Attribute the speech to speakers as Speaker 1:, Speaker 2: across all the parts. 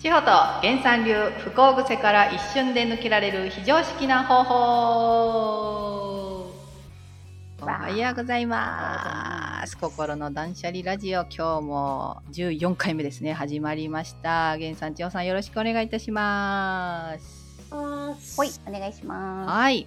Speaker 1: 志保と原産流不幸癖から一瞬で抜けられる非常識な方法おはようございます心の断捨離ラジオ今日も14回目ですね始まりました原産千代さんよろしくお願いいたします
Speaker 2: はい、お願いしま
Speaker 1: はい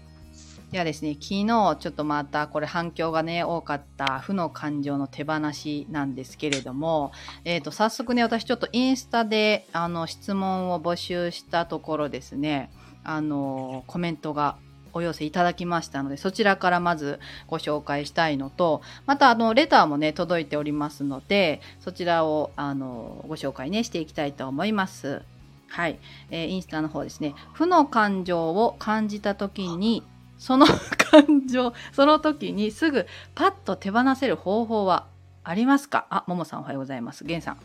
Speaker 1: ではですね昨日ちょっとまたこれ反響がね多かった負の感情の手放しなんですけれども、えー、と早速ね私ちょっとインスタであの質問を募集したところですねあのコメントがお寄せいただきましたのでそちらからまずご紹介したいのとまたあのレターもね届いておりますのでそちらをあのご紹介ねしていきたいと思います。はい、えーインスタの方ですね負の感情を感じた時にその 感情その時にすぐパッと手放せる方法はありますかあももさんおはようございますげんさん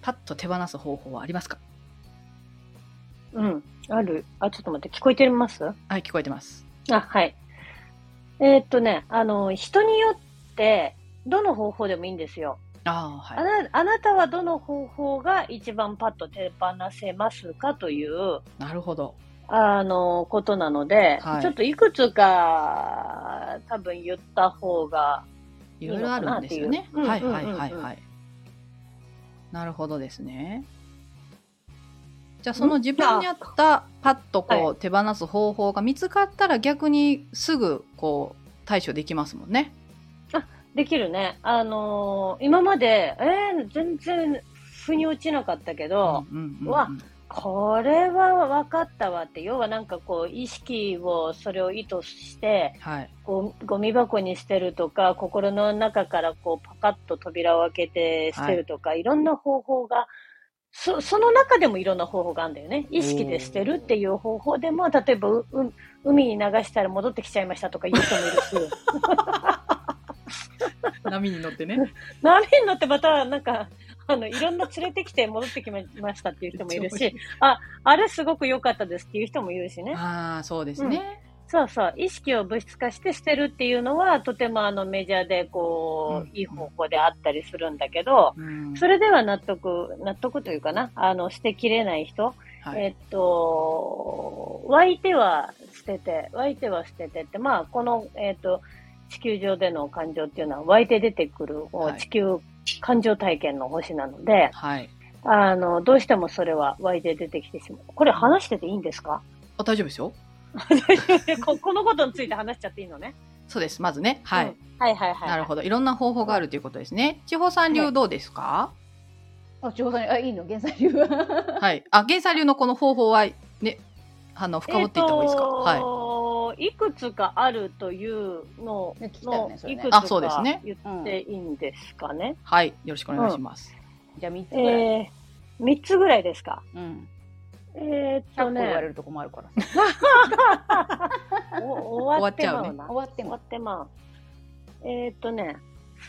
Speaker 1: パッと手放す方法はありますか
Speaker 2: す。うん、ある。あ、ちょっと待って、聞こえてますあ、
Speaker 1: はい聞こえてます
Speaker 2: はい。えーっとね、あの、人によって、どの方法でもいいんですよ、
Speaker 1: あー
Speaker 2: あ
Speaker 1: はい
Speaker 2: な。あなたはどの方法が一番パッと手放せますかという、
Speaker 1: なるほど
Speaker 2: あの、ことなので、
Speaker 1: はい
Speaker 2: ちょっといくつか、多分言った方が、
Speaker 1: いろいろあるんですよね
Speaker 2: いいの
Speaker 1: は
Speaker 2: かないっていう
Speaker 1: はいはい
Speaker 2: うんうんうん
Speaker 1: は
Speaker 2: う
Speaker 1: いなるほどですねじゃあその自分に合ったパッとこう手放す方法が見つかったら逆にすぐこう対処できますもんね
Speaker 2: できるね。あの、今まで、えー、全然、腑に落ちなかったけ
Speaker 1: う
Speaker 2: ど、
Speaker 1: んうんうんうん
Speaker 2: うわこれは分かったわって、要はなんかこう、意識をそれを意図して、
Speaker 1: はい
Speaker 2: こうゴミ箱に捨てるとか、心の中からこうパカッと扉を開けて捨てるとか、い、ろんな方法がそ、その中でもいろんな方法があるんだよね。意識で捨てるっていう方法でも、例えばうう海に流したら戻ってきちゃいましたとか言う人もい るし、
Speaker 1: 波に乗ってね
Speaker 2: 波に乗ってまたなんか、あのいろんな連れてきて戻ってきましたっていう人もいる し、あれすごく良かったですっていう人もいるしね。
Speaker 1: ああそうですね、
Speaker 2: そうそう、意識を物質化して捨てるっていうのは、とてもあのメジャーでこう、
Speaker 1: うん
Speaker 2: いい方向であったりするんだけど、
Speaker 1: うん
Speaker 2: それでは納得、納得というかな、あの、捨てきれない人、
Speaker 1: はい
Speaker 2: えっと、湧いては捨てて、湧いては捨ててって、まあ、この、えっと、地球上での感情っていうのは湧いて出てくる、
Speaker 1: はい
Speaker 2: 地球感情体験の星なので、
Speaker 1: はい
Speaker 2: あの、どうしてもそれは湧いて出てきてしまう。これ話してていいんで すか
Speaker 1: あ大丈夫ですよ
Speaker 2: こ このことについて話しちゃっていいのね。
Speaker 1: そうですまずねはい、
Speaker 2: うんはいはいはい。
Speaker 1: なるほどいろんな方法があるということですね地方さん流どうですか
Speaker 3: あ、地方さんに、あ、いいの、原産流 は。
Speaker 1: はい、あ原産流のこの方法はねあの深掘っていった方がいいですか、
Speaker 2: えー
Speaker 1: はい
Speaker 2: とい。くつかあるというの
Speaker 3: ね、聞きたいよ
Speaker 2: の
Speaker 3: ね、、それ
Speaker 2: い
Speaker 3: ね
Speaker 2: くつ。
Speaker 1: あそうです
Speaker 2: か
Speaker 1: ね
Speaker 2: 言っていいんですかね。
Speaker 1: はいよろしくお願いします、
Speaker 3: じゃあ、三つぐ
Speaker 2: え
Speaker 3: らい。
Speaker 2: ー三つぐらいですか。
Speaker 3: うん。
Speaker 2: えーっ
Speaker 3: 100
Speaker 2: と
Speaker 3: 個言われ
Speaker 2: ね、
Speaker 3: るとこもあるから。
Speaker 2: お終わってまうな。
Speaker 3: 終わって
Speaker 2: 終わ
Speaker 3: も。
Speaker 2: ってまう。えーっとね、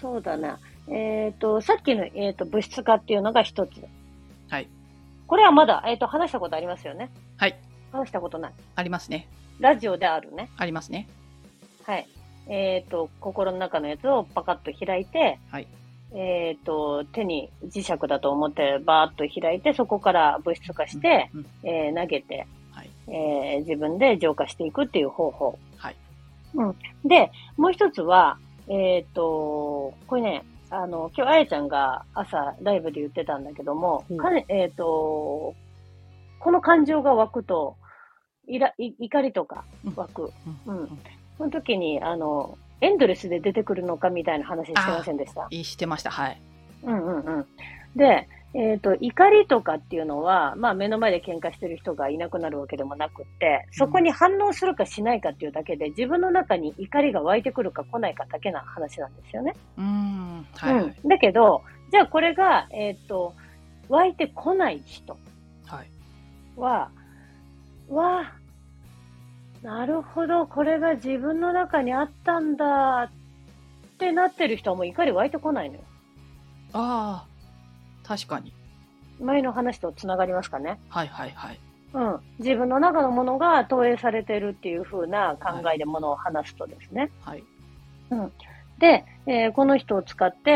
Speaker 2: そうだな。えーっと、さっきの、えーっと、物質化っていうのが一つ。
Speaker 1: はい。
Speaker 2: これはまだ、えーっと、話したことありますよね。
Speaker 1: はい。
Speaker 2: 話したことない。
Speaker 1: ありますね
Speaker 2: ラジオであるね。
Speaker 1: ありますね
Speaker 2: はい。えっ、と、心の中のやつをパカッと開いて、
Speaker 1: はい
Speaker 2: えっ、と、手に磁石だと思ってバーッと開いて、そこから物質化して、
Speaker 1: うん
Speaker 2: えー投げて、
Speaker 1: はい
Speaker 2: えー自分で浄化していくっていう方法。
Speaker 1: はい
Speaker 2: うん。で、もう一つは、えっ、と、これね、あの、今日あやちゃんが朝ライブで言ってたんだけども、
Speaker 1: うん
Speaker 2: かねえっ、と、この感情が湧くと、いらい怒りとか湧く。
Speaker 1: う
Speaker 2: うんん。
Speaker 1: うん
Speaker 2: その時に、あの、エンドレスで出てくるのかみたいな話してませんでした。
Speaker 1: いいしてましたはい
Speaker 2: うんうんうん。で、えっ、と、怒りとかっていうのは、まあ目の前で喧嘩してる人がいなくなるわけでもなくって、そこに反応するかしないかっていうだけで、自分の中に怒りが湧いてくるか来ないかだけな話なんですよね。
Speaker 1: うーんはいはい、
Speaker 2: うん。だけど、じゃあこれが、えっ、と、湧いてこない人
Speaker 1: はい
Speaker 2: は、わあ、なるほど、これが自分の中にあったんだってなってる人はもう怒り湧いてこないのよ。
Speaker 1: ああ確かに
Speaker 2: 前の話とつながりますかね。
Speaker 1: はいはいはい
Speaker 2: うん。自分の中のものが投影されてるっていう風な考えでものを話すとですね。
Speaker 1: はい
Speaker 2: で、えーこの人を使って、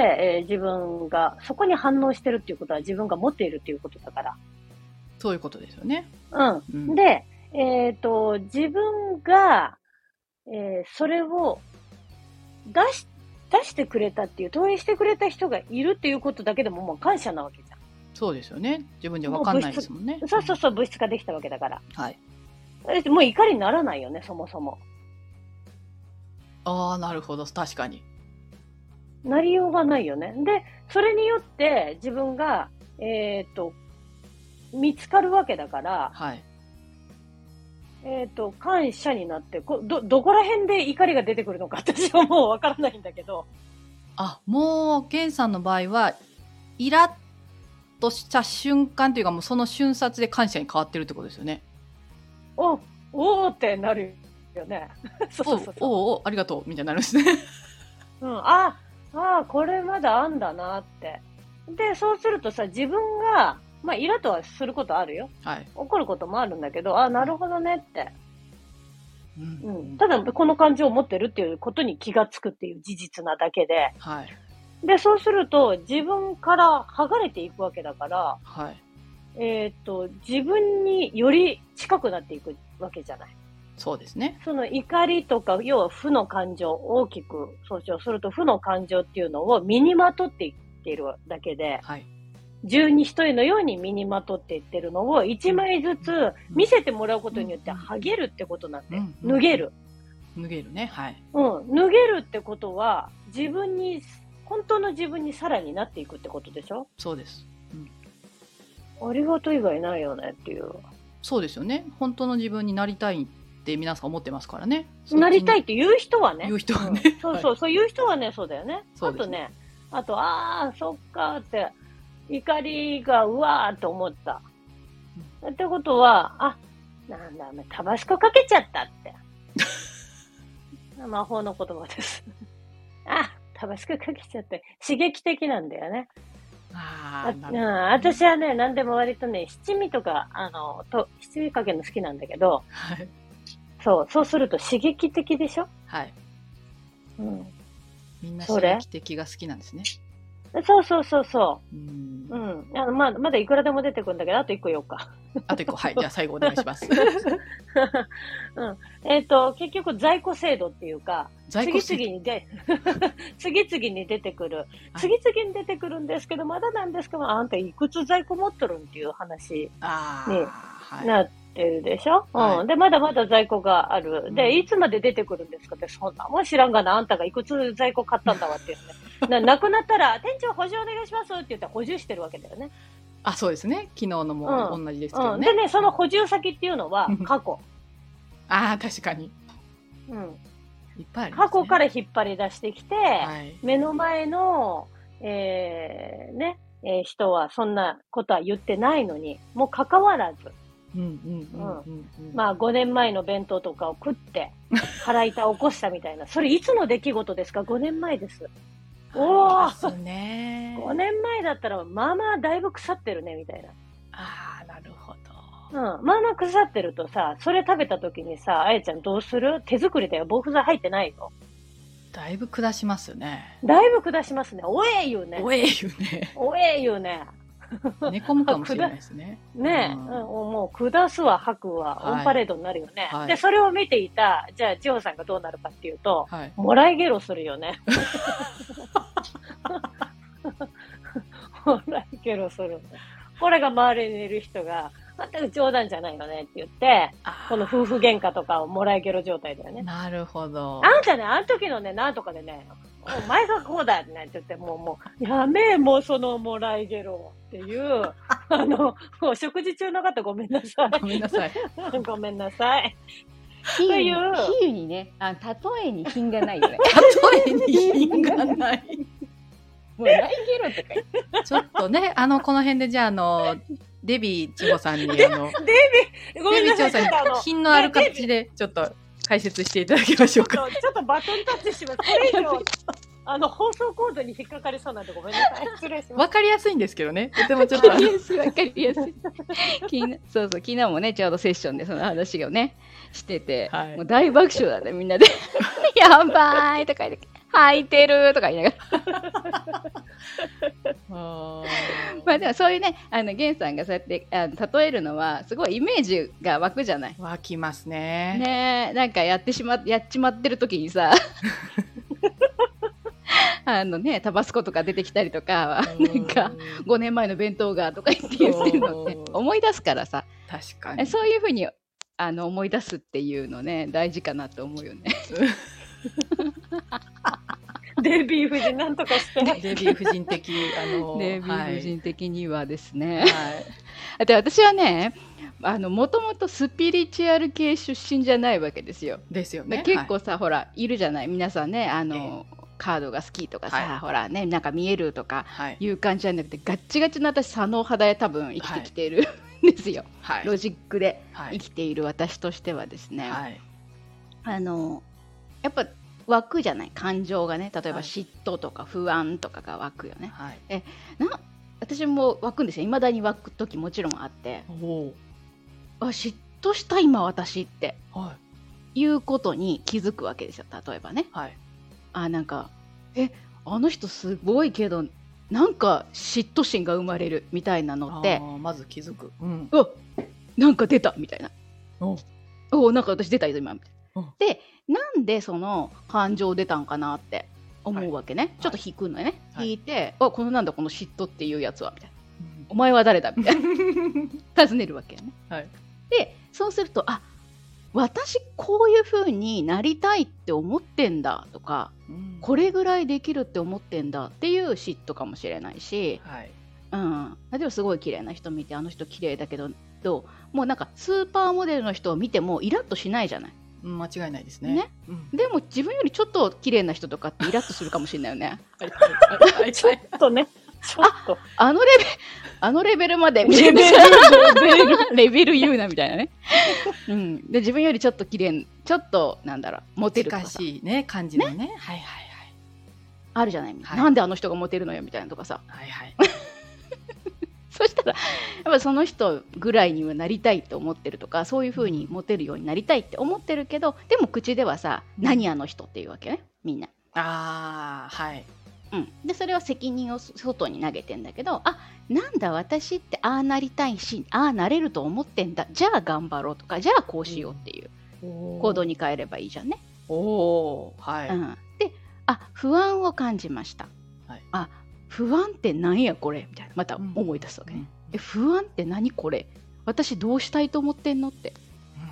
Speaker 2: えー自分が、そこに反応してるっていうことは自分が持っているっていうことだから。
Speaker 1: そういうことですよね。
Speaker 2: うん。
Speaker 1: うん
Speaker 2: で、えっ、と、自分が、えーそれを出し、出してくれたっていう、投影してくれた人がいるっていうことだけでももう感謝なわけじゃ
Speaker 1: そうですよね。自分じゃ分かんないですもんね。
Speaker 2: ん。そうそうそう、物質化できたわけだから。
Speaker 1: はい。
Speaker 2: だってもう怒りにならないよね、そもそも。
Speaker 1: ああ、なるほど。確かに。
Speaker 2: なりようがないよね。で、それによって自分が、えっ、と、見つかるわけだから、
Speaker 1: はい。
Speaker 2: えっ、と、感謝になってこど、どこら辺で怒りが出てくるのか私はもうわからないんだけど、
Speaker 1: あ、もう、ケンさんの場合は、イラッとした瞬間というか、もうその瞬殺で感謝に変わってるってことですよね。
Speaker 2: おおーってなるよね。 そうそうそう
Speaker 1: おうおうおうありがとう、みたいになるんですね。
Speaker 2: うん、ああー、これまだあんだなって。で、そうするとさ、自分が、まあ、イラとはすることあるよ。
Speaker 1: はい。
Speaker 2: 怒ることもあるんだけど、ああ、なるほどねって。
Speaker 1: う
Speaker 2: うん、ただ、この感情を持ってるっていうことに気がつくっていう事実なだけで。
Speaker 1: はい。
Speaker 2: で、そうすると、自分から剥がれていくわけだから、
Speaker 1: はい。
Speaker 2: えーっと、自分により近くなっていくわけじゃない。
Speaker 1: そうですね。
Speaker 2: その怒りとか、要は負の感情、大きく総称すると負の感情っていうのを身にまとっていっているだけで、
Speaker 1: はい。
Speaker 2: 十二一重のように身にまとっていってるのを一枚ずつ見せてもらうことによって剥げるってことなんだよ。
Speaker 1: うん
Speaker 2: 脱げる。
Speaker 1: 脱げるね。はい。
Speaker 2: うん。脱げるってことは、自分に、本当の自分にさらになっていくってことでしょ
Speaker 1: そうです。
Speaker 2: ありがとう以外ないよねっていう。
Speaker 1: そうですよね。本当の自分になりたいって皆さん思ってますからね。
Speaker 2: なりたい
Speaker 1: っ
Speaker 2: って言う人は
Speaker 1: て
Speaker 2: ね
Speaker 1: 言。う人はね。
Speaker 2: うんそうそう、そういう人はね、そうだよね。
Speaker 1: そう
Speaker 2: あ
Speaker 1: で
Speaker 2: と
Speaker 1: す
Speaker 2: ね、あと、ああ、そっかーって、怒りがうわーって思った。ってことは、あ、なんだ、お前タバスコかけちゃったって。魔法の言葉です。あ、タバスコかけちゃって、刺激的なんだよね。
Speaker 1: あ
Speaker 2: あ
Speaker 1: ーな
Speaker 2: うん、
Speaker 1: るほど
Speaker 2: 私はね、何でも割とね、七味とか、あの、と七味かけるの好きなんだけど、
Speaker 1: はい。
Speaker 2: そう、そうすると刺激的でしょ
Speaker 1: はい。
Speaker 2: うん。
Speaker 1: みんな
Speaker 2: そ
Speaker 1: 刺
Speaker 2: れ
Speaker 1: 激的が好きなんですね。。
Speaker 2: そうそうそうそうう。うんん。あの、まあ、まだいくらでも出てくるんだけど、あと一個言おうか。
Speaker 1: あと一個、はい。じゃあ最後お願いします。
Speaker 2: えっと、結局、在庫制度っていうか、
Speaker 1: 在庫
Speaker 2: 次
Speaker 1: 制
Speaker 2: 々にで、 次々に出てくる。
Speaker 1: はい
Speaker 2: 次々に出てくるんですけど、まだなんですけど、あんたいくつ在庫持っとるんっていう話
Speaker 1: ああ、
Speaker 2: ね
Speaker 1: はい。
Speaker 2: になってるでしょ、
Speaker 1: はい
Speaker 2: うん。で、まだまだ在庫がある。
Speaker 1: うん
Speaker 2: で、いつまで出てくるんですかって、そんなもん知らんがな、あんたがいくつ在庫買ったんだわっていうね。ななくなったら、店長補充お願いしますって言って補充してるわけだよね。
Speaker 1: あ、そうですね。昨日のも同じですけ
Speaker 2: う
Speaker 1: ど
Speaker 2: ん、
Speaker 1: ね。
Speaker 2: でね、その補充先っていうのは 過去。
Speaker 1: ああ、確かに。
Speaker 2: うん、
Speaker 1: いっぱいあります、
Speaker 2: 過
Speaker 1: ね。
Speaker 2: 去から引っ張り出してきて、
Speaker 1: はい。
Speaker 2: 目の前の、えーね、えー人はそんなことは言ってないのに、もかかわらず、
Speaker 1: うんうんうんうんうん。
Speaker 2: まあ5年前の弁当とかを食って、腹痛を起こしたみたいな、 それいつの出来事ですか ?5 年前です。お
Speaker 1: あ
Speaker 2: お
Speaker 1: りますね。
Speaker 2: 5年前だったら、まあまあだいぶ腐ってるね、みたいな。
Speaker 1: ああ、なるほど。
Speaker 2: うん。まあまあ腐ってるとさ、それ食べた時にさ、あやちゃんどうする手作りだよ。防腐剤入ってないよ。
Speaker 1: だいぶ下しますよね。
Speaker 2: だいぶ下しますね。おえ言うね。
Speaker 1: おえ言う ね。
Speaker 2: おえ言うね。
Speaker 1: 寝込むかもしれないですね。
Speaker 2: ねえ、
Speaker 1: う
Speaker 2: うんん、もう下すわ、吐くわ、
Speaker 1: はい
Speaker 2: オンパレードになるよね。
Speaker 1: はい
Speaker 2: で、それを見ていた、じゃあ、千穂さんがどうなるかっていうと、
Speaker 1: はい。
Speaker 2: もらいゲロする よね。もらいゲロする。これが周りにいる人が、全く冗談じゃないよねって言って、
Speaker 1: あー
Speaker 2: この夫婦喧嘩とかをもらいゲロ状態だよね。
Speaker 1: なるほど。
Speaker 2: あんたね、あの時のね、なんとかでね、お前がこうだねって言って、もう、もう、やめえ、もうそのもらいゲロっていう、 あの、もう食事中の方ごめんなさ
Speaker 1: ごめんなさい。
Speaker 2: い。 ごめんなさ い。
Speaker 3: 比喩に
Speaker 2: という
Speaker 3: 比喩にね、あ例えに品がないよ ね。
Speaker 1: 例えに品がない。
Speaker 3: もうライゲロとか言って
Speaker 1: ちょっとね、あの、この辺でじゃあ、あの、デビー千穂さんに、あの、
Speaker 2: ご
Speaker 1: デ
Speaker 2: めん
Speaker 1: ビー
Speaker 2: な
Speaker 1: 千穂
Speaker 2: さい。ち
Speaker 1: さ
Speaker 2: ょっとあ
Speaker 1: ん
Speaker 2: の
Speaker 1: に
Speaker 2: ち
Speaker 1: 品のある形で、ちょっと解説していただきましょうか。
Speaker 2: ょっと、ちょっとバトンタッチします。これ以上、あの、放送コードに引っかかりそうなんでごめんなさい。 失礼しま
Speaker 1: わ
Speaker 2: す。
Speaker 1: かりやすいんですけどね。とてもちょっとあ
Speaker 3: わか
Speaker 1: の
Speaker 3: りやすいわかりやすい。 昨日そうそう昨日もねちょうどセッションでその話をねしてて、
Speaker 1: はい
Speaker 3: もう大爆笑だねみんなで やばいとか言って。履いてるとか言いながら。
Speaker 1: あ
Speaker 3: まあでもそういうね、あの、ゲンさんがそうやってあの例えるのは、すごいイメージが湧くじゃない。
Speaker 1: 湧きますね。
Speaker 3: ねえ、なんかやってしま、やっちまってる時 にさ、あのね、タバスコとか出てきたりとか、なんか、5年前の弁当がとか言って言ってるのって
Speaker 1: うん
Speaker 3: 思い出すからさ、
Speaker 1: 確かに。
Speaker 3: そういうふうにあの思い出すっていうのね、大事かなと思うよね。
Speaker 2: デビー夫人なんとかして。
Speaker 1: デヴィ夫人的、あの、
Speaker 3: デヴ
Speaker 1: は
Speaker 3: ィ
Speaker 1: い
Speaker 3: 夫人的にはですね、
Speaker 1: はい。
Speaker 3: で私はねあのもともとスピリチュアル系出身じゃないわけですよ。
Speaker 1: ですよ
Speaker 3: で
Speaker 1: ね。
Speaker 3: 結
Speaker 1: は
Speaker 3: 構さ、ほらいるじゃない皆さんねあの、カードが好きとかさ、
Speaker 1: はい
Speaker 3: ほらねなんか見えるとか
Speaker 1: い。
Speaker 3: いう感じじゃなくてガッチガチの私左脳肌で多分生きてきてるんですよ、
Speaker 1: はい。
Speaker 3: ロジックで
Speaker 1: はい。
Speaker 3: 生きている私としてはですね、
Speaker 1: はい。
Speaker 3: あのやっぱ湧くじゃない感情がね例え
Speaker 1: は
Speaker 3: ば
Speaker 1: い
Speaker 3: 嫉妬とか不安とかが湧くよね。
Speaker 1: はい。
Speaker 3: な私も湧くんですよ未だに湧く時もちろんあって。
Speaker 1: おお
Speaker 3: あ嫉妬した今私って
Speaker 1: ー。はい。
Speaker 3: いうことに気づくわけですよ例えばね
Speaker 1: はい。
Speaker 3: あなんかえあの人すごいけどなんか嫉妬心が生まれるみたいなのって
Speaker 1: あーまず気づく。うん。
Speaker 3: うわなんか出たみたいな
Speaker 1: お
Speaker 3: おなんか私出たよ今みたい
Speaker 1: うん
Speaker 3: なでなんでその感情出たんかなって思うわけね、ちょっと引くのね、
Speaker 1: はい
Speaker 3: 引いてあこのなんだこの嫉妬っていうやつはみたいなお前は誰だみたいな 尋ねるわけよね。
Speaker 1: はい
Speaker 3: でそうするとあ私こういう風になりたいって思ってんだとか
Speaker 1: うん
Speaker 3: これぐらいできるって思ってんだっていう嫉妬かもしれないし、
Speaker 1: はい。
Speaker 3: うん、例えばすごい綺麗な人見てあの人綺麗だけどどうもうなんかスーパーモデルの人を見てもイラッとしないじゃない
Speaker 1: うん間違いないですね。
Speaker 3: ね
Speaker 1: うん。
Speaker 3: でも自分よりちょっと綺麗な人とかってイラッとするかもしれないよ ね
Speaker 1: はい。はいはい。
Speaker 2: ちょっとね、ちょっと。
Speaker 3: あのレベルあのレベルまでみた
Speaker 2: レ
Speaker 3: いな
Speaker 2: ベル、レベル。
Speaker 3: レベル言うなみたいなね、うん、で自分よりちょっと綺麗ちょっとなんだろうモテるとか
Speaker 1: 難
Speaker 3: さ
Speaker 1: しいね、感じのね。はいはい
Speaker 3: あるじゃない、
Speaker 1: はい
Speaker 3: なんであの人がモテるのよみたいなとかさ
Speaker 1: はい。はいはい。
Speaker 3: そしたらやっぱその人ぐらいにはなりたいと思ってるとかそういう風にモテるようになりたいって思ってるけどでも口ではさ「
Speaker 1: うん
Speaker 3: 何あの人」っていうわけねみんな。
Speaker 1: ああ、はい。
Speaker 3: うん、でそれは責任を外に投げてんだけどあなんだ私ってああなりたいしああなれると思ってんだじゃあ頑張ろうとかじゃあこうしようっていう行
Speaker 1: 行
Speaker 3: 動。に変えればいいじゃんね。
Speaker 1: おおー。は
Speaker 3: う
Speaker 1: い。
Speaker 3: ん、であ不安を感じました、
Speaker 1: はい
Speaker 3: あ不安ってなんやこれみたいなまた思い出すわけね、え不安って何これ私どうしたいと思ってんのってっ
Speaker 1: で、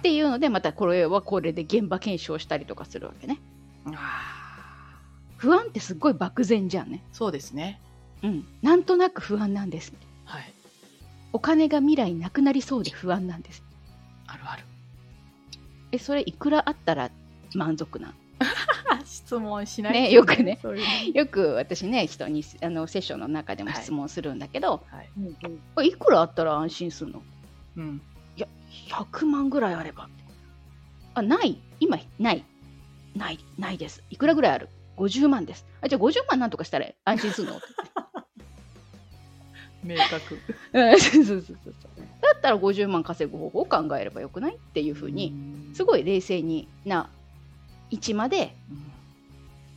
Speaker 3: ていうのでまたこれはこれで現場検証したりとかするわけね
Speaker 1: あ
Speaker 3: 不安ってすっごい漠然じゃんね
Speaker 1: ーそうですね。
Speaker 3: うんなんとなく不安なんです
Speaker 1: はい。
Speaker 3: お金が未来なくなりそうで不安なんです
Speaker 1: あるある。
Speaker 3: えそれいくらあったら満足なの
Speaker 1: 質問し
Speaker 3: い
Speaker 1: ない。
Speaker 3: ねよくね
Speaker 1: そういう。
Speaker 3: よく私ね人にあのセッションの中でも
Speaker 1: はい
Speaker 3: 質問するんだけど、
Speaker 1: はい。
Speaker 3: い、いくらあったら安心するの
Speaker 1: うん。
Speaker 3: いや100万ぐらいあればあない今ないないないですいくらぐらいある50万ですあじゃあ50万なんとかしたら安心するの
Speaker 1: 明確。
Speaker 3: うんそうそうそうそうだったら50万稼ぐ方法を考えればよくないっていうふうに
Speaker 1: に
Speaker 3: すご
Speaker 1: い。
Speaker 3: い冷静にな位置まで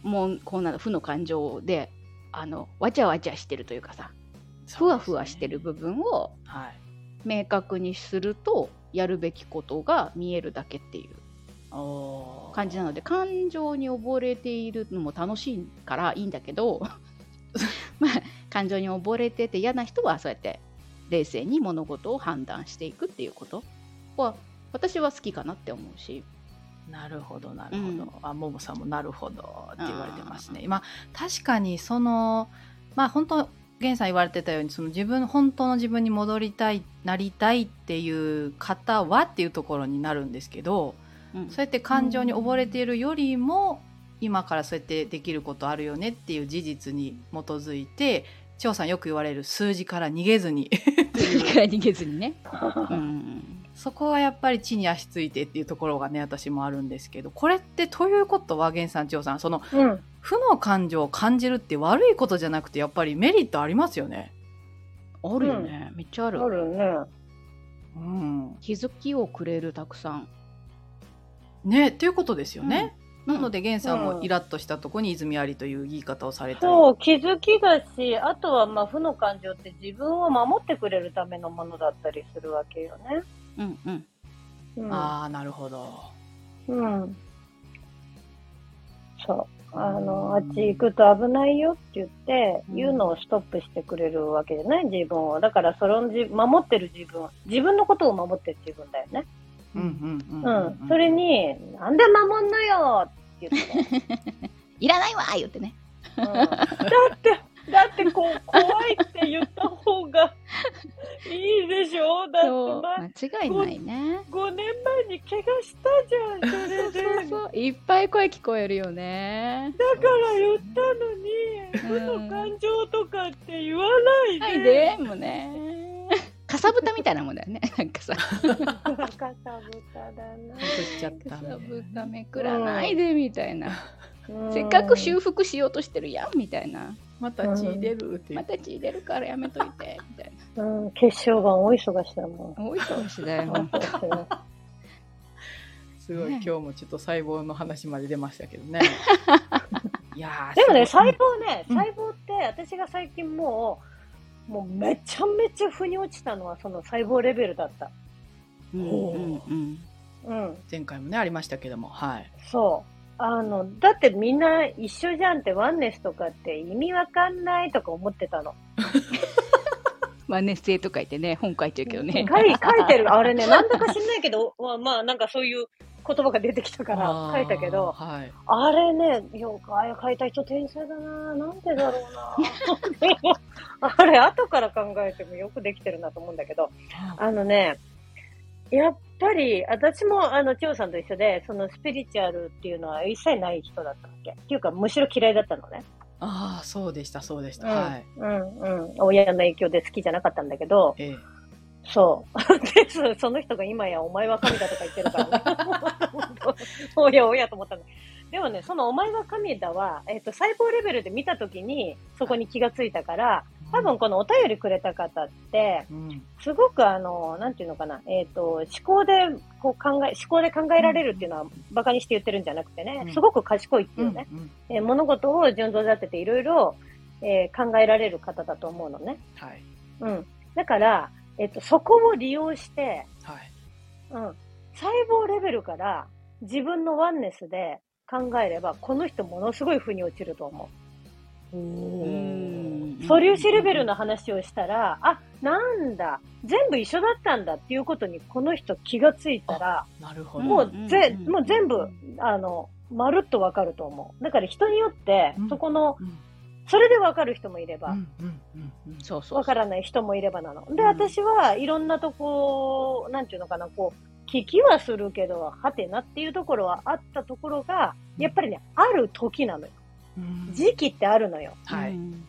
Speaker 1: うん
Speaker 3: もうこうなの負の感情であのわちゃわちゃしてるというかさふわふわしてる。部分を
Speaker 1: そうですねはい。
Speaker 3: 明確にするとやるべきことが見えるだけっていう
Speaker 1: おー
Speaker 3: 感じなので感情に溺れているのも楽しいからいいんだけど まあ感情に溺れてて嫌な人はそうやって冷静に物事を判断していくっていうことは私は好きかなって思うし
Speaker 1: なるほどなるほど、
Speaker 3: うん
Speaker 1: あももさんもなるほどって言われてますね。まあ確かにそのまあ本当源さん言われてたようにその自分本当の自分に戻りたいなりたいっていう方はっていうところになるんですけど
Speaker 3: うん
Speaker 1: そうやって感情に溺れているよりも、今からそうやってできることあるよねっていう事実に基づいて千代さんよく言われる数字から逃げずに
Speaker 3: 逃げずにね。うん
Speaker 1: そこはやっぱり地に足ついてっていうところがね私もあるんですけどこれってということは源さん千代さんその
Speaker 2: うん。
Speaker 1: 負の感情を感じるって悪いことじゃなくてやっぱりメリットありますよね。
Speaker 3: あるよね、めっちゃあ
Speaker 2: あ
Speaker 3: る
Speaker 2: るね。
Speaker 1: うん、
Speaker 3: 気づきをくれるたくさん
Speaker 1: ねっていうことですよね。なので、源さん
Speaker 2: う
Speaker 1: も
Speaker 2: ん
Speaker 1: イラッとしたとこに泉ありという言い方をされたり。
Speaker 2: そう、気づきだし、あとはまあ負の感情って自分を守ってくれるためのものだったりするわけよね。
Speaker 3: うんうん
Speaker 2: うん、
Speaker 1: ああ、なるほど。
Speaker 2: うん。そう。あの、あっち行くと危ないよって言って、
Speaker 1: うん
Speaker 2: 言うのをストップしてくれるわけじゃない自分を。だから、それをじ守ってる自分、自分のことを守ってる自分だよね。
Speaker 1: うんうんうんうん、
Speaker 2: うん。それに、なんで守んのよって言ってね。
Speaker 3: いらないわー言ってね
Speaker 2: うんだって、だってこう、怖いって言った方がいいでしょだ
Speaker 3: そう
Speaker 2: って前、
Speaker 3: 間違いないね
Speaker 2: 5年前に怪我したじゃん、それで。
Speaker 3: そうそういっぱい声聞こえるよね
Speaker 2: だから言ったのに、負
Speaker 3: うん
Speaker 2: の感情とかって言わ
Speaker 3: な
Speaker 2: ないいで。
Speaker 3: でもうねかさぶたみたいなもんだ よねなんかさか
Speaker 2: バカさぶただな。
Speaker 1: 作っちゃった
Speaker 3: さぶ
Speaker 1: ね。
Speaker 3: ためくらないでみたいな
Speaker 2: うん
Speaker 3: せっかく修復しようとしてるやんみたいな
Speaker 1: また血出るっていう
Speaker 3: また血入れるからやめといてみたい
Speaker 2: うん、決勝が大忙しだも
Speaker 3: な多いかもしれない
Speaker 2: ん。
Speaker 3: もん
Speaker 1: すごい、
Speaker 3: ね
Speaker 1: 今日もちょっと細胞の話まで出ましたけどね。いやー
Speaker 2: でもね、
Speaker 1: すごい
Speaker 2: 細胞ね、
Speaker 1: うん
Speaker 2: 細胞って、私が最近もう、もうめちゃめちゃ腑に落ちたのは、その細胞レベルだった。
Speaker 3: うんうんうん
Speaker 2: うん、
Speaker 1: 前回もねありましたけども、はい。
Speaker 2: そう。あの、だってみんな一緒じゃんって、ワンネスとかって意味わかんないとか思ってたの。
Speaker 3: まあ熱性と書いてね本書いてるけどね
Speaker 2: 書い書いてる。あれね、なんだか知んないけど、 まあ、まあ、なんかそういう言葉が出てきたから書いたけど、
Speaker 1: あーはい。
Speaker 2: あれね、よくあれ書いた人天才だななんでだろう な あれ、後から考えてもよくできてるなと思うんだけど、あのね、やっぱり、私も、あの、千代さんと一緒で、そのスピリチュアルっていうのは一切ない人だったわけ。っていうか、むしろ嫌いだったのね。
Speaker 1: ああ、そうでした、そうでした。
Speaker 2: うん
Speaker 1: はい。
Speaker 2: うん、うん。親の影響で好きじゃなかったんだけど、
Speaker 1: ええ。
Speaker 2: そう。 で、そその人が今やお前は神だとか言ってるから、ね、 おやおやと思ったの。でもね、そのお前は神だは、えっ、と、細胞レベルで見たときにそこに気がついたから、多分このお便りくれた方って、
Speaker 1: うん。
Speaker 2: すごくあの、なんていうのかな、えっ、と、思考でこう考え、思考で考えられるっていうのは馬鹿にして言ってるんじゃなくて
Speaker 1: う
Speaker 2: ね
Speaker 1: ん、
Speaker 2: すごく賢いって
Speaker 1: うん。
Speaker 2: い
Speaker 1: う
Speaker 2: うんね、えー物事を順序立てていろいろ、えー考えられる方だと思うのね。
Speaker 1: はい。
Speaker 2: うん。だから、えっ、と、そこを利用して、
Speaker 1: はい。
Speaker 2: うん、細胞レベルから自分のワンネスで考えれば、この人ものすごい腑に落ちると思
Speaker 1: おー
Speaker 3: うん
Speaker 2: う。素粒子レベルの話をしたら、あ、なんだ、全部一緒だったんだっていうことにこの人気がついたら、
Speaker 1: なるほ
Speaker 3: あ
Speaker 1: ど。
Speaker 2: もうぜ、
Speaker 3: うんうんうん
Speaker 2: もう全部、あの、まるっとわかると思う。だから人によって
Speaker 1: うん、
Speaker 2: そこの、
Speaker 1: うん
Speaker 2: それでわかる人もいれば、
Speaker 1: うんうんうんうん
Speaker 3: そうそう
Speaker 2: わからない人もいればなの。で、
Speaker 1: うん
Speaker 2: 私はいろんなとこ、なんていうのかな、こう、聞きはするけど、はてなっていうところはあったところが、やっぱりね、ある時なのよ。
Speaker 1: うん
Speaker 2: 時期ってあるのよ。
Speaker 1: は
Speaker 3: う
Speaker 1: い。
Speaker 3: ん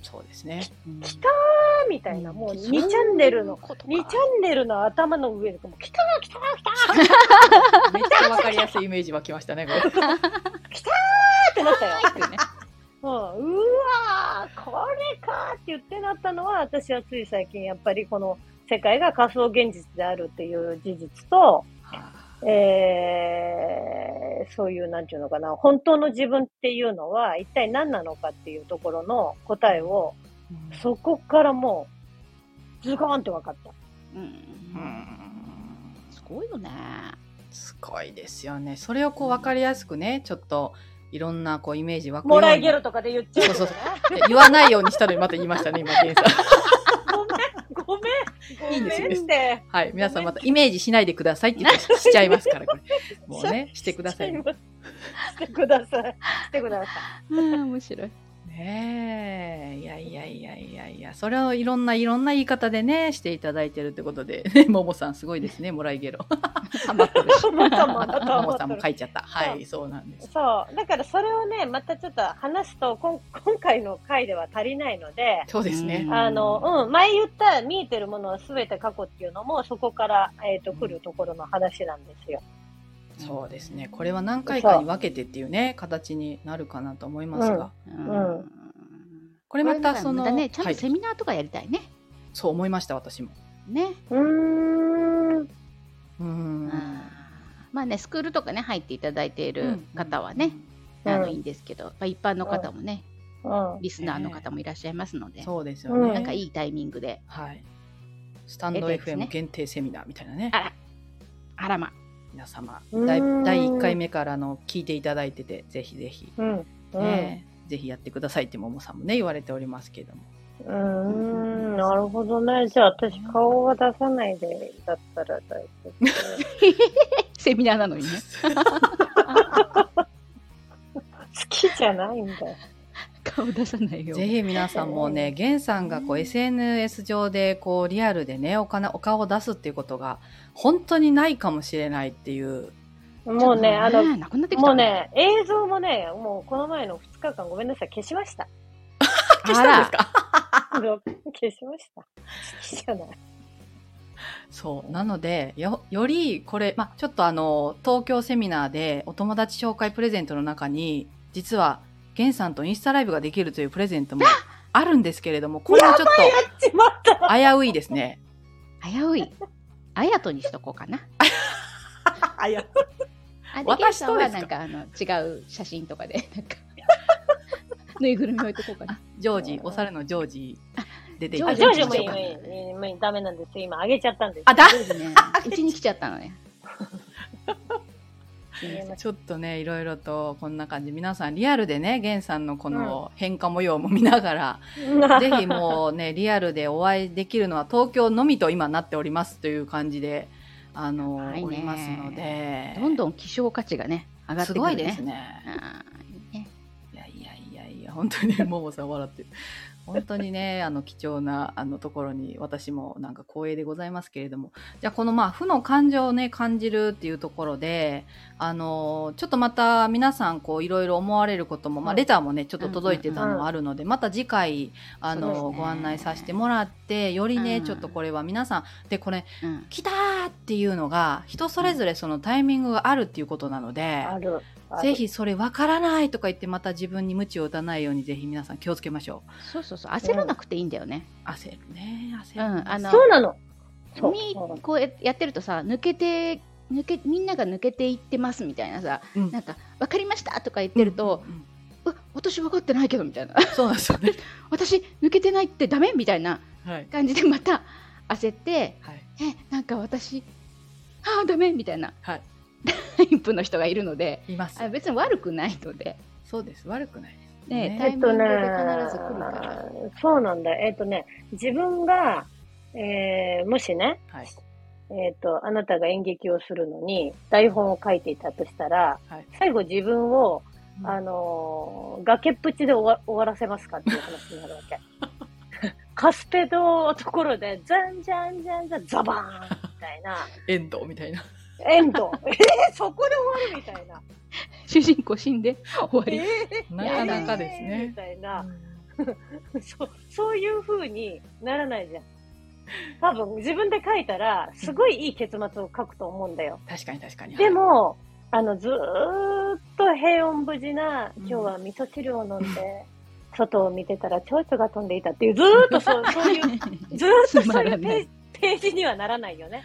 Speaker 1: そうです ね。うん
Speaker 2: 来たあーみたいな、も
Speaker 3: そ
Speaker 2: う
Speaker 3: う
Speaker 2: 2チャンネルの、
Speaker 3: ことか
Speaker 2: 2チャンネルの頭の上で、もう来たー来たー来たー
Speaker 1: めっちゃわかりやすいイメージ湧きましたね、これ。
Speaker 2: ってなったよ。
Speaker 3: ってね
Speaker 2: うん、うわー、これかーって言ってなったのは、私はつい最近、やっぱりこの世界が仮想現実であるっていう事実と、
Speaker 1: は
Speaker 2: えーそういう、なんていうのかな、本当の自分っていうのは一体何なのかっていうところの答えを、
Speaker 1: あ
Speaker 2: そこからもう、ズコーンって分かった。
Speaker 3: う
Speaker 1: うんん
Speaker 3: すごいよね
Speaker 1: すごいですよね。それをこう分かりやすくね、ちょっといろんなこうイメージ湧くよう
Speaker 2: も
Speaker 1: に
Speaker 2: らいゲロとかで言っちゃう、ね。
Speaker 1: そうそう言わないようにしたのにまた言いましたね、今、ゲンさん。
Speaker 2: ごめん、ご
Speaker 1: いい
Speaker 2: め
Speaker 1: です
Speaker 2: んって。
Speaker 1: はい、皆さんまたイメージしないでくださいって言ってししちゃいますから、これ。もうね、してください。
Speaker 2: し
Speaker 1: ね
Speaker 2: てください。してくださ
Speaker 3: うん面白い
Speaker 1: え、いやいやいやいやいや、それをいろんないろんな言い方でね、していただいてるってことで、 ね、ももさんすごいですね、もらいゲロ。ハマってる し。
Speaker 2: い。またまた
Speaker 1: もも
Speaker 2: ま
Speaker 1: さ
Speaker 2: た
Speaker 1: んも書いちゃった。はい、そうなんです。
Speaker 2: そう。だからそれをね、またちょっと話すと、こん今回の回では足りないので、
Speaker 1: そうですね。
Speaker 2: あの、うん、前言った見えてるものは全て過去っていうのも、そこから、えっ、と、来るところの話なんですよ。
Speaker 1: そうですね。これは何回かに分けてっていうね、形になるかなと思いますが。
Speaker 2: ん
Speaker 1: これまたその、
Speaker 3: だねちゃん
Speaker 1: は
Speaker 3: と
Speaker 1: い、
Speaker 3: セミナーとかやりたいね
Speaker 1: そう思いました、私も。
Speaker 3: ね
Speaker 2: うーん。
Speaker 1: うん。
Speaker 3: あーまあね、スクールとかね入っていただいている方はね、
Speaker 2: うん
Speaker 3: あ
Speaker 2: う
Speaker 3: の
Speaker 2: ん
Speaker 3: いいんですけど、まあ、一般の方もね、
Speaker 2: うん。
Speaker 3: リスナーの方もいらっしゃいますので、
Speaker 1: そうですよね、
Speaker 2: うん
Speaker 3: なんかいいタイミングで
Speaker 1: はいスタンド
Speaker 3: えっとですね
Speaker 1: FM 限定セミナーみたいなね
Speaker 3: あらあらま
Speaker 1: 皆様
Speaker 2: うん
Speaker 1: だい第1回目からの聞いていただいててぜひぜひ、
Speaker 2: うん。うん。
Speaker 1: ねぜひやってくださいってももさんもね言われておりますけども
Speaker 2: うーん。なるほどね。じゃあ私顔は出さないでだったら大丈夫。
Speaker 3: セミナーな のにね
Speaker 2: 好きじゃないんだ。
Speaker 3: 顔出さないよ
Speaker 1: ぜひ皆さんもね、ゲンさんがこう SNS 上でこうリアルでねお金、お顔を出すっていうことが本当にないかもしれないっていう、
Speaker 2: もうね、あの、
Speaker 3: なくなってきた
Speaker 2: もうね、映像もね、もうこの前の2日間ごめんなさい、消しました。
Speaker 1: 消したんですか
Speaker 2: あの消しました。好きじゃない。
Speaker 1: そう。なので、よ、よりこれ、まあ、ちょっとあの、東京セミナーでお友達紹介プレゼントの中に、実はゲンさんとインスタライブができるというプレゼントもあるんですけれども、これはちょっ
Speaker 2: やっちまった。
Speaker 1: と危ういですね。
Speaker 3: 危ういあやとにしとこうかな
Speaker 1: あや
Speaker 3: あで
Speaker 1: 私
Speaker 3: ゲンさんは
Speaker 1: とで
Speaker 3: な
Speaker 1: す
Speaker 3: んかあの違う写真とかでなんか ぬいぐるみ置いとこうかな
Speaker 1: ジョージ、お猿のジョージ出てい
Speaker 3: ジョ
Speaker 2: あ、
Speaker 1: た
Speaker 2: ジ
Speaker 1: だ
Speaker 2: ョ
Speaker 1: き
Speaker 2: ー
Speaker 1: ま
Speaker 2: ジ
Speaker 1: しょう
Speaker 2: もいい、
Speaker 1: か
Speaker 2: もいい、もいい、ダメなんですよ。今、あげちゃったんです。
Speaker 1: あだ
Speaker 3: そうですねうちに来ちゃったのね
Speaker 2: 消えまし
Speaker 1: ちょっとねいろいろとこんな感じ皆さんリアルでねゲンさんのこの変化模様も見なが ら、
Speaker 2: た
Speaker 1: ぜひもうねリアルでお会いできるのは東京のみと今なっておりますという感じであの、
Speaker 3: はいね
Speaker 1: おりますので
Speaker 3: どんどん希少価値がね上がって
Speaker 1: す
Speaker 3: く
Speaker 1: ごい
Speaker 3: る
Speaker 1: です
Speaker 3: ね
Speaker 1: ね。
Speaker 3: あーいいね
Speaker 1: いやいやいやいや本当に ももさん笑ってる本当にねあの貴重なあのところに私もなんか光栄でございますけれどもじゃあこのまあ負の感情をね感じるっていうところであのちょっとまた皆さんこういろいろ思われることも、まあ、
Speaker 2: うん
Speaker 1: レターもねちょっと
Speaker 3: うん
Speaker 1: 届いてたのもあるので、また次回あ
Speaker 3: そう
Speaker 1: の、
Speaker 3: ですね
Speaker 1: ご案内させてもらってよりね、
Speaker 3: うん
Speaker 1: ちょっとこれは皆さんでこれ
Speaker 3: うん
Speaker 1: 来たーっていうのが人それぞれそのタイミングがあるっていうことなので。
Speaker 2: ある。ある
Speaker 1: ぜ。ひそれ分からないとか言ってまた自分に無知を打たないようにぜひ皆さん気をつけましょう
Speaker 3: そうそうそう焦らなくていいんだよね、
Speaker 1: 焦るね焦
Speaker 3: う
Speaker 1: る
Speaker 3: ん、あの
Speaker 2: そうなの。そう
Speaker 3: み
Speaker 2: そう
Speaker 3: こうややってるとさ抜けて抜けみんなが抜けていってますみたいなさ、
Speaker 1: うん
Speaker 3: なんか「分かりました!」とか言ってると
Speaker 1: うん
Speaker 3: 「うわ私分かってないけど」みたいな
Speaker 1: そうなんです よね
Speaker 3: 「私抜けてないってダメ?」みたいな
Speaker 1: はい
Speaker 3: 感じで また焦って
Speaker 1: はい
Speaker 3: 「えなんか私ああダメ?」みたいな
Speaker 1: はい
Speaker 3: タイプの人がいるので
Speaker 1: います
Speaker 3: あ別に悪くないので、
Speaker 1: そうです悪くないです
Speaker 3: ね
Speaker 1: ね
Speaker 3: タイミングで必ず来るから、
Speaker 2: そうなんだ。えっ、とね、自分が、えー、もしね、
Speaker 1: はい
Speaker 2: えっ、と、あなたが演劇をするのに、台本を書いていたとしたら、
Speaker 1: はい
Speaker 2: 最後自分を、
Speaker 1: うん
Speaker 2: あのー崖っぷちで終わ終わらせますかっていう話になるわけ。 カスペドのところで、じゃんじゃんじゃんじゃん、ザバーンみたいな。
Speaker 1: エンドみたいな
Speaker 2: エ ンド。えー、そこで終わるみたいな。
Speaker 3: 主人公死んで終わり、
Speaker 1: なかなかです
Speaker 2: えーみ
Speaker 1: ね
Speaker 2: たいな。そうそういう風にならないじゃん。多分自分で書いたら、すごいいい結末を書くと思うんだよ。
Speaker 1: 確かに確かに
Speaker 2: でも、あの、ずーっと平穏無事な、今日は味噌汁を飲んで、外を見てたら蝶々が飛んでいたっていう、ずーっとそうそう いう、ずーっとそういう
Speaker 3: つまらな
Speaker 2: ペー
Speaker 3: い
Speaker 2: ジページにはならないよね。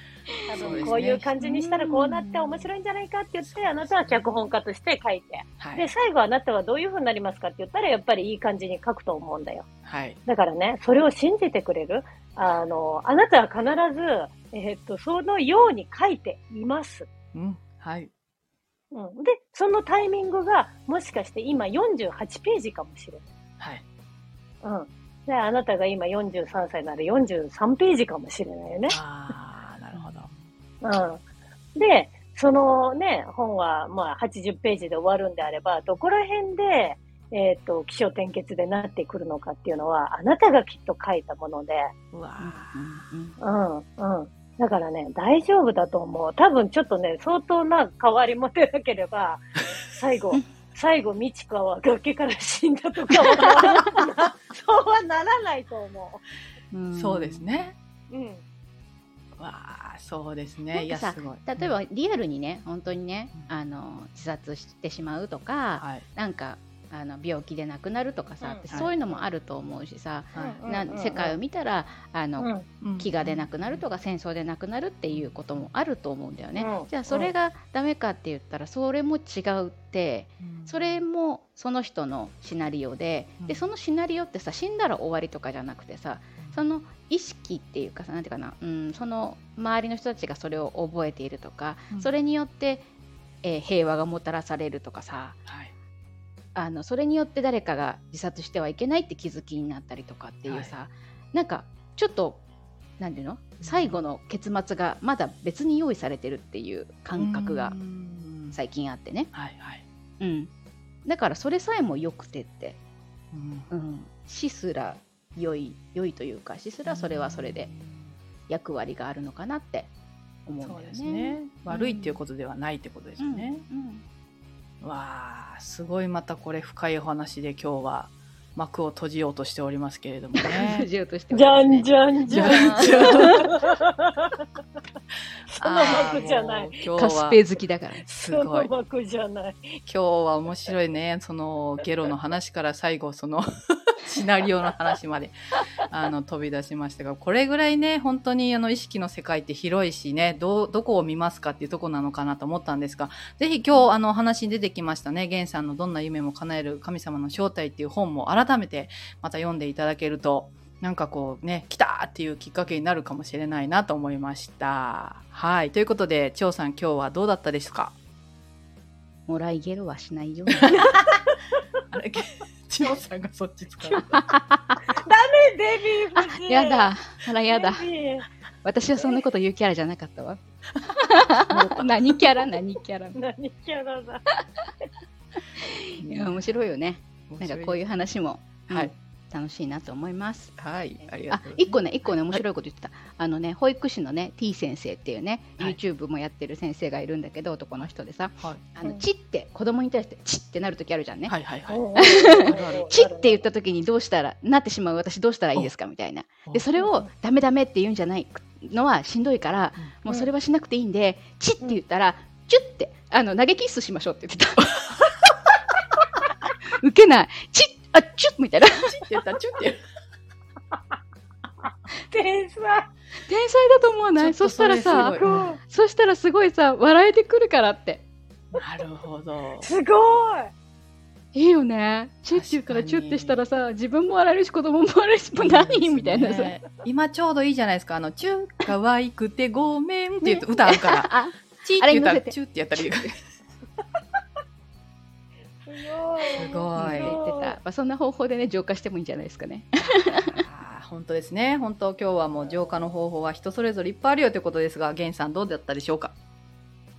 Speaker 2: 多
Speaker 1: そうです
Speaker 2: 分
Speaker 1: ね
Speaker 2: こういう感じにしたらこうなって面白いんじゃないかって言って、あなたは脚本家として書いて。
Speaker 1: は
Speaker 2: で、
Speaker 1: い
Speaker 2: 最後あなたはどういう風になりますかって言ったら、やっぱりいい感じに書くと思うんだよ。
Speaker 1: はい
Speaker 2: だからね、それを信じてくれるあの、あなたは必ず、えっと、そのように書いています。
Speaker 1: うんはい
Speaker 2: うん、で、そのタイミングが、もしかして今48ページかもしれ
Speaker 1: はい
Speaker 2: ない。うん。で、あなたが今43歳なら43ページかもしれないよね。
Speaker 1: ああなるほど
Speaker 2: うん。で、そのね、本はまあ80ページで終わるんであれば、どこら辺で、えっ、と、起承転結でなってくるのかっていうのは、あなたがきっと書いたもので、
Speaker 1: うわ
Speaker 3: うんうん
Speaker 2: うんうん。だからね、大丈夫だと思う。多分ちょっとね、相当な変わりも出なければ、最後、最後、美智子は崖から死んだとかは、そうはならないと思
Speaker 3: うん
Speaker 1: ーそうですね
Speaker 2: う。うん。
Speaker 1: うわーそうですねい
Speaker 3: な
Speaker 1: や
Speaker 3: んかさ
Speaker 1: すごい
Speaker 3: 例えばリアルにね本当にね
Speaker 1: うん
Speaker 3: あの自殺してしまうとか、
Speaker 1: はい
Speaker 3: なんかあの病気で亡くなるとかさ、
Speaker 2: うん
Speaker 3: そういうのもあると思うしさ、
Speaker 1: はい
Speaker 2: うん
Speaker 3: な世界を見たらあの、
Speaker 2: うん
Speaker 1: うん
Speaker 3: 飢餓で亡くなるとか戦争で亡くなるっていうこともあると思うんだよね、
Speaker 2: うん
Speaker 3: じゃあそれがダメかって言ったらそれも違うって
Speaker 1: うん
Speaker 3: それもその人のシナリオで
Speaker 1: う
Speaker 3: で
Speaker 1: ん
Speaker 3: そのシナリオってさ死んだら終わりとかじゃなくてさその意識っていうかさなんていうかな、うん、その周りの人たちがそれを覚えているとか、
Speaker 1: うん
Speaker 3: それによって、えー平和がもたらされるとかさ
Speaker 1: はい
Speaker 3: あのそれによって誰かが自殺してはいけないって気づきになったりとかっていうさ、なんかちょっとなんていうの最後の結末がまだ別に用意されてるっていう感覚が
Speaker 1: うん
Speaker 3: 最近あってね、
Speaker 1: はいはい
Speaker 3: うん、だからそれさえもよくてって、
Speaker 1: うん
Speaker 3: うん、死すら良い良いというか死すらそれはそれで役割があるのかなって思うんだ
Speaker 1: そ
Speaker 3: よ
Speaker 1: う
Speaker 3: ね。
Speaker 1: ですね悪いっていうことではないってことですよね、
Speaker 3: うん
Speaker 1: わあすごいまたこれ深いお話で今日は幕を閉じようとしておりますけれども
Speaker 3: うん、
Speaker 1: ね。
Speaker 3: じとして
Speaker 2: じゃ
Speaker 3: はですね
Speaker 2: んじゃんじゃん。
Speaker 1: じゃあ
Speaker 2: その幕じゃな
Speaker 1: あー
Speaker 2: い。
Speaker 1: もう今
Speaker 3: カ
Speaker 1: 日
Speaker 3: ス
Speaker 1: は
Speaker 3: ペ好きだから。
Speaker 1: す
Speaker 2: そ
Speaker 1: ご
Speaker 2: の
Speaker 1: い。
Speaker 2: 幕じゃない。
Speaker 1: 今日は面白いねそのゲロの話から最後その シナリオの話まであの飛び出しましたがこれぐらいね本当にあの意識の世界って広いしねどうどこを見ますかっていうとこなのかなと思ったんですがぜひ今日あのお話に出てきましたね源さんの「どんな夢も叶える神様の正体」っていう本も改めてまた読んでいただけるとなんかこうね来たっていうきっかけになるかもしれないなと思いました。はいということで張さん今日はどうだったですか
Speaker 3: もらいゲロはしないように。
Speaker 1: あれ、千代さんがそっち使う。。
Speaker 2: デビー夫人。
Speaker 3: やだ、あらやだ。
Speaker 2: デビー。
Speaker 3: 私はそんなこと言うキャラじゃなかったわ。何キャラ何キャラ。い
Speaker 2: 何キャラだ。
Speaker 3: や面白いよね。なんかこういうう話も、
Speaker 1: は
Speaker 3: う
Speaker 1: い
Speaker 3: ん、楽しいなと思います。
Speaker 1: はい、ありが
Speaker 3: あ
Speaker 1: とうございます。
Speaker 3: 一個ね一個ね面白いこと言ってた、あのね保育士のね T 先生っていうね、
Speaker 1: はい
Speaker 3: YouTube もやってる先生がいるんだけど男の人でさ
Speaker 1: は
Speaker 3: 「あの
Speaker 2: うん
Speaker 3: チ」って子供に対して「チ」ってなる時あるじゃんね。
Speaker 1: い、はい、はい、はい。
Speaker 3: チって言った時にどうしたらなってしまう私どうしたらいいですかみたいなでそれをダメダメって言うんじゃないのはしんどいから、
Speaker 1: うん
Speaker 3: もうそれはしなくていいんで、チって言ったら、チュッてあの投げキッスしましょうって言ってた ウケないチッあチュッみたいな
Speaker 1: チって言った、チュって言っ
Speaker 2: 天
Speaker 3: 天
Speaker 2: 才。
Speaker 3: 才だと思わない
Speaker 1: ちょ
Speaker 3: そ
Speaker 1: っと
Speaker 3: したら
Speaker 1: それ
Speaker 3: さ
Speaker 1: すごい
Speaker 3: そしたらすごいさ笑えてくるからって
Speaker 1: た。なるほ ど。
Speaker 2: すごい。
Speaker 3: いいよねチュッて言ったら
Speaker 1: 確か
Speaker 3: チ
Speaker 1: に
Speaker 3: ュッてしたらさ自分も笑えるし子供も笑えるしもう何、みたいなさ、
Speaker 1: ね今ちょうどいいじゃないですか。あの、チュー、可愛くてごめんって言うと歌 あるから。
Speaker 3: あ
Speaker 1: チって言った
Speaker 3: あれに乗せ
Speaker 1: ら、
Speaker 3: て
Speaker 1: チュってやったり。
Speaker 2: すご
Speaker 1: す
Speaker 2: い。
Speaker 1: ごい
Speaker 3: 言ってた、まあ、そんな方法でね浄化してもいいんじゃないですかね
Speaker 1: あー本当ですね。本当、今日はもう浄化の方法は人それぞれいっぱいあるよということですが、源さんどうだったでしょうか。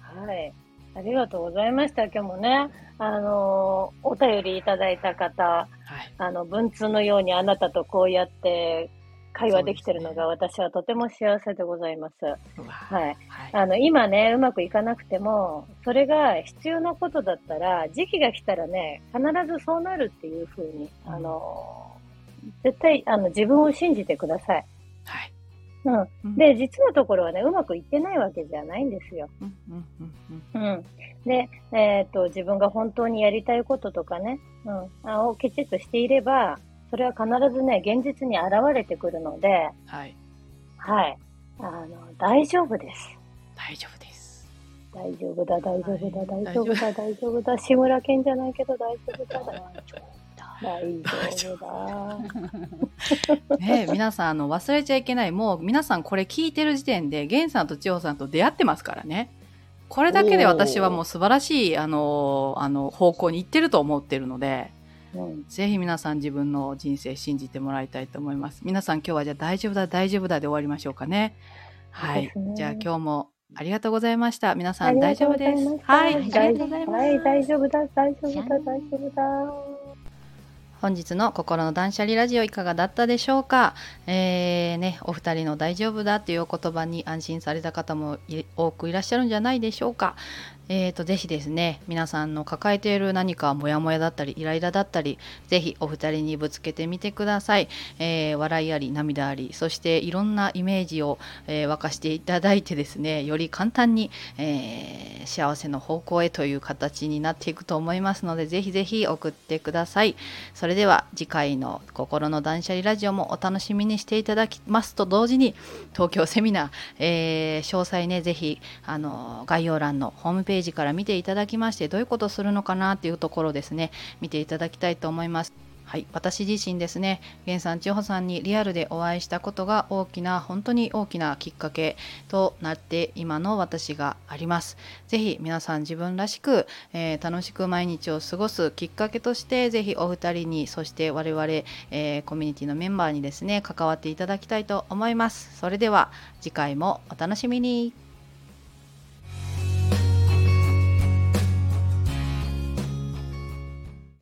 Speaker 2: はい。ありがとうございました。今日もね、あのーお便りいただいた方、
Speaker 1: はい。
Speaker 2: あの、文通のようにあなたとこうやって会話できてるのが、
Speaker 1: そ
Speaker 2: 私はとても幸せでございます。
Speaker 1: うわー
Speaker 2: はい。
Speaker 1: はい。
Speaker 2: あの、今ね、うまくいかなくても、それが必要なことだったら、時期が来たらね、必ずそうなるっていうふうに、
Speaker 1: うん
Speaker 2: あのー絶対、あの、自分を信じてください。
Speaker 1: はい。
Speaker 2: うん。
Speaker 1: うん
Speaker 2: で、、実のところはね、うまくいってないわけじゃないんですよ。
Speaker 1: うん、うん、うん、うん。
Speaker 2: うん、で、えっと自分が本当にやりたいこととかね、うん、あをきちっとしていればそれは必ずね現実に現れてくるので、
Speaker 1: はい。
Speaker 2: はい、あの大丈夫です
Speaker 1: 大丈夫です。
Speaker 2: 大丈夫だ大丈夫だ
Speaker 1: はい
Speaker 2: 大丈夫だ大丈夫だ志村けんじゃないけど大丈夫だ大丈夫だ
Speaker 1: ねえ、皆さん、あの、忘れちゃいけない。もう、皆さん、これ聞いてる時点で、源さんと千穂さんと出会ってますからね。これだけで私はもう素晴らしい、あの、あの、方向に行ってると思ってるので、
Speaker 2: うん、
Speaker 1: ぜひ皆さん自分の人生信じてもらいたいと思います。皆さん、今日はじゃあ大丈夫だ、大丈夫だで終わりましょうかね。はい。
Speaker 2: そうですね
Speaker 1: じゃあ今日もありがとうございました。皆さ
Speaker 2: あ
Speaker 1: ん
Speaker 2: り
Speaker 1: 大
Speaker 2: がと
Speaker 1: 丈夫
Speaker 2: うござい
Speaker 1: で。
Speaker 2: ますは
Speaker 1: はいい。
Speaker 3: ありがとうございます
Speaker 2: はい大丈夫だ大丈夫だ大丈夫だ
Speaker 1: 本日の心の断捨離ラジオいかがだったでしょうか、えーね、お二人の大丈夫だというお言葉に安心された方もい多くいらっしゃるんじゃないでしょうか、えー、とぜひですね皆さんの抱えている何かモヤモヤだったりイライラだったりぜひお二人にぶつけてみてください、えー笑いあり涙ありそしていろんなイメージを、えー沸かしていただいてですねより簡単に、えー幸せの方向へという形になっていくと思いますのでぜひぜひ送ってくださいそれでは次回の「心の断捨離ラジオ」もお楽しみにしていただきますと同時に東京セミナー、えー詳細ねぜひあの概要欄のホームページから見ていただきましてどういうことするのかなっていうところですね見ていただきたいと思います。はい、私自身ですね、源さん、千穂さんにリアルでお会いしたことが大きな、本当に大きなきっかけとなって、今の私があります。ぜひ皆さん自分らしく、えー楽しく毎日を過ごすきっかけとして、ぜひお二人に、そして我々、えーコミュニティのメンバーにですね、関わっていただきたいと思います。それでは次回もお楽しみに。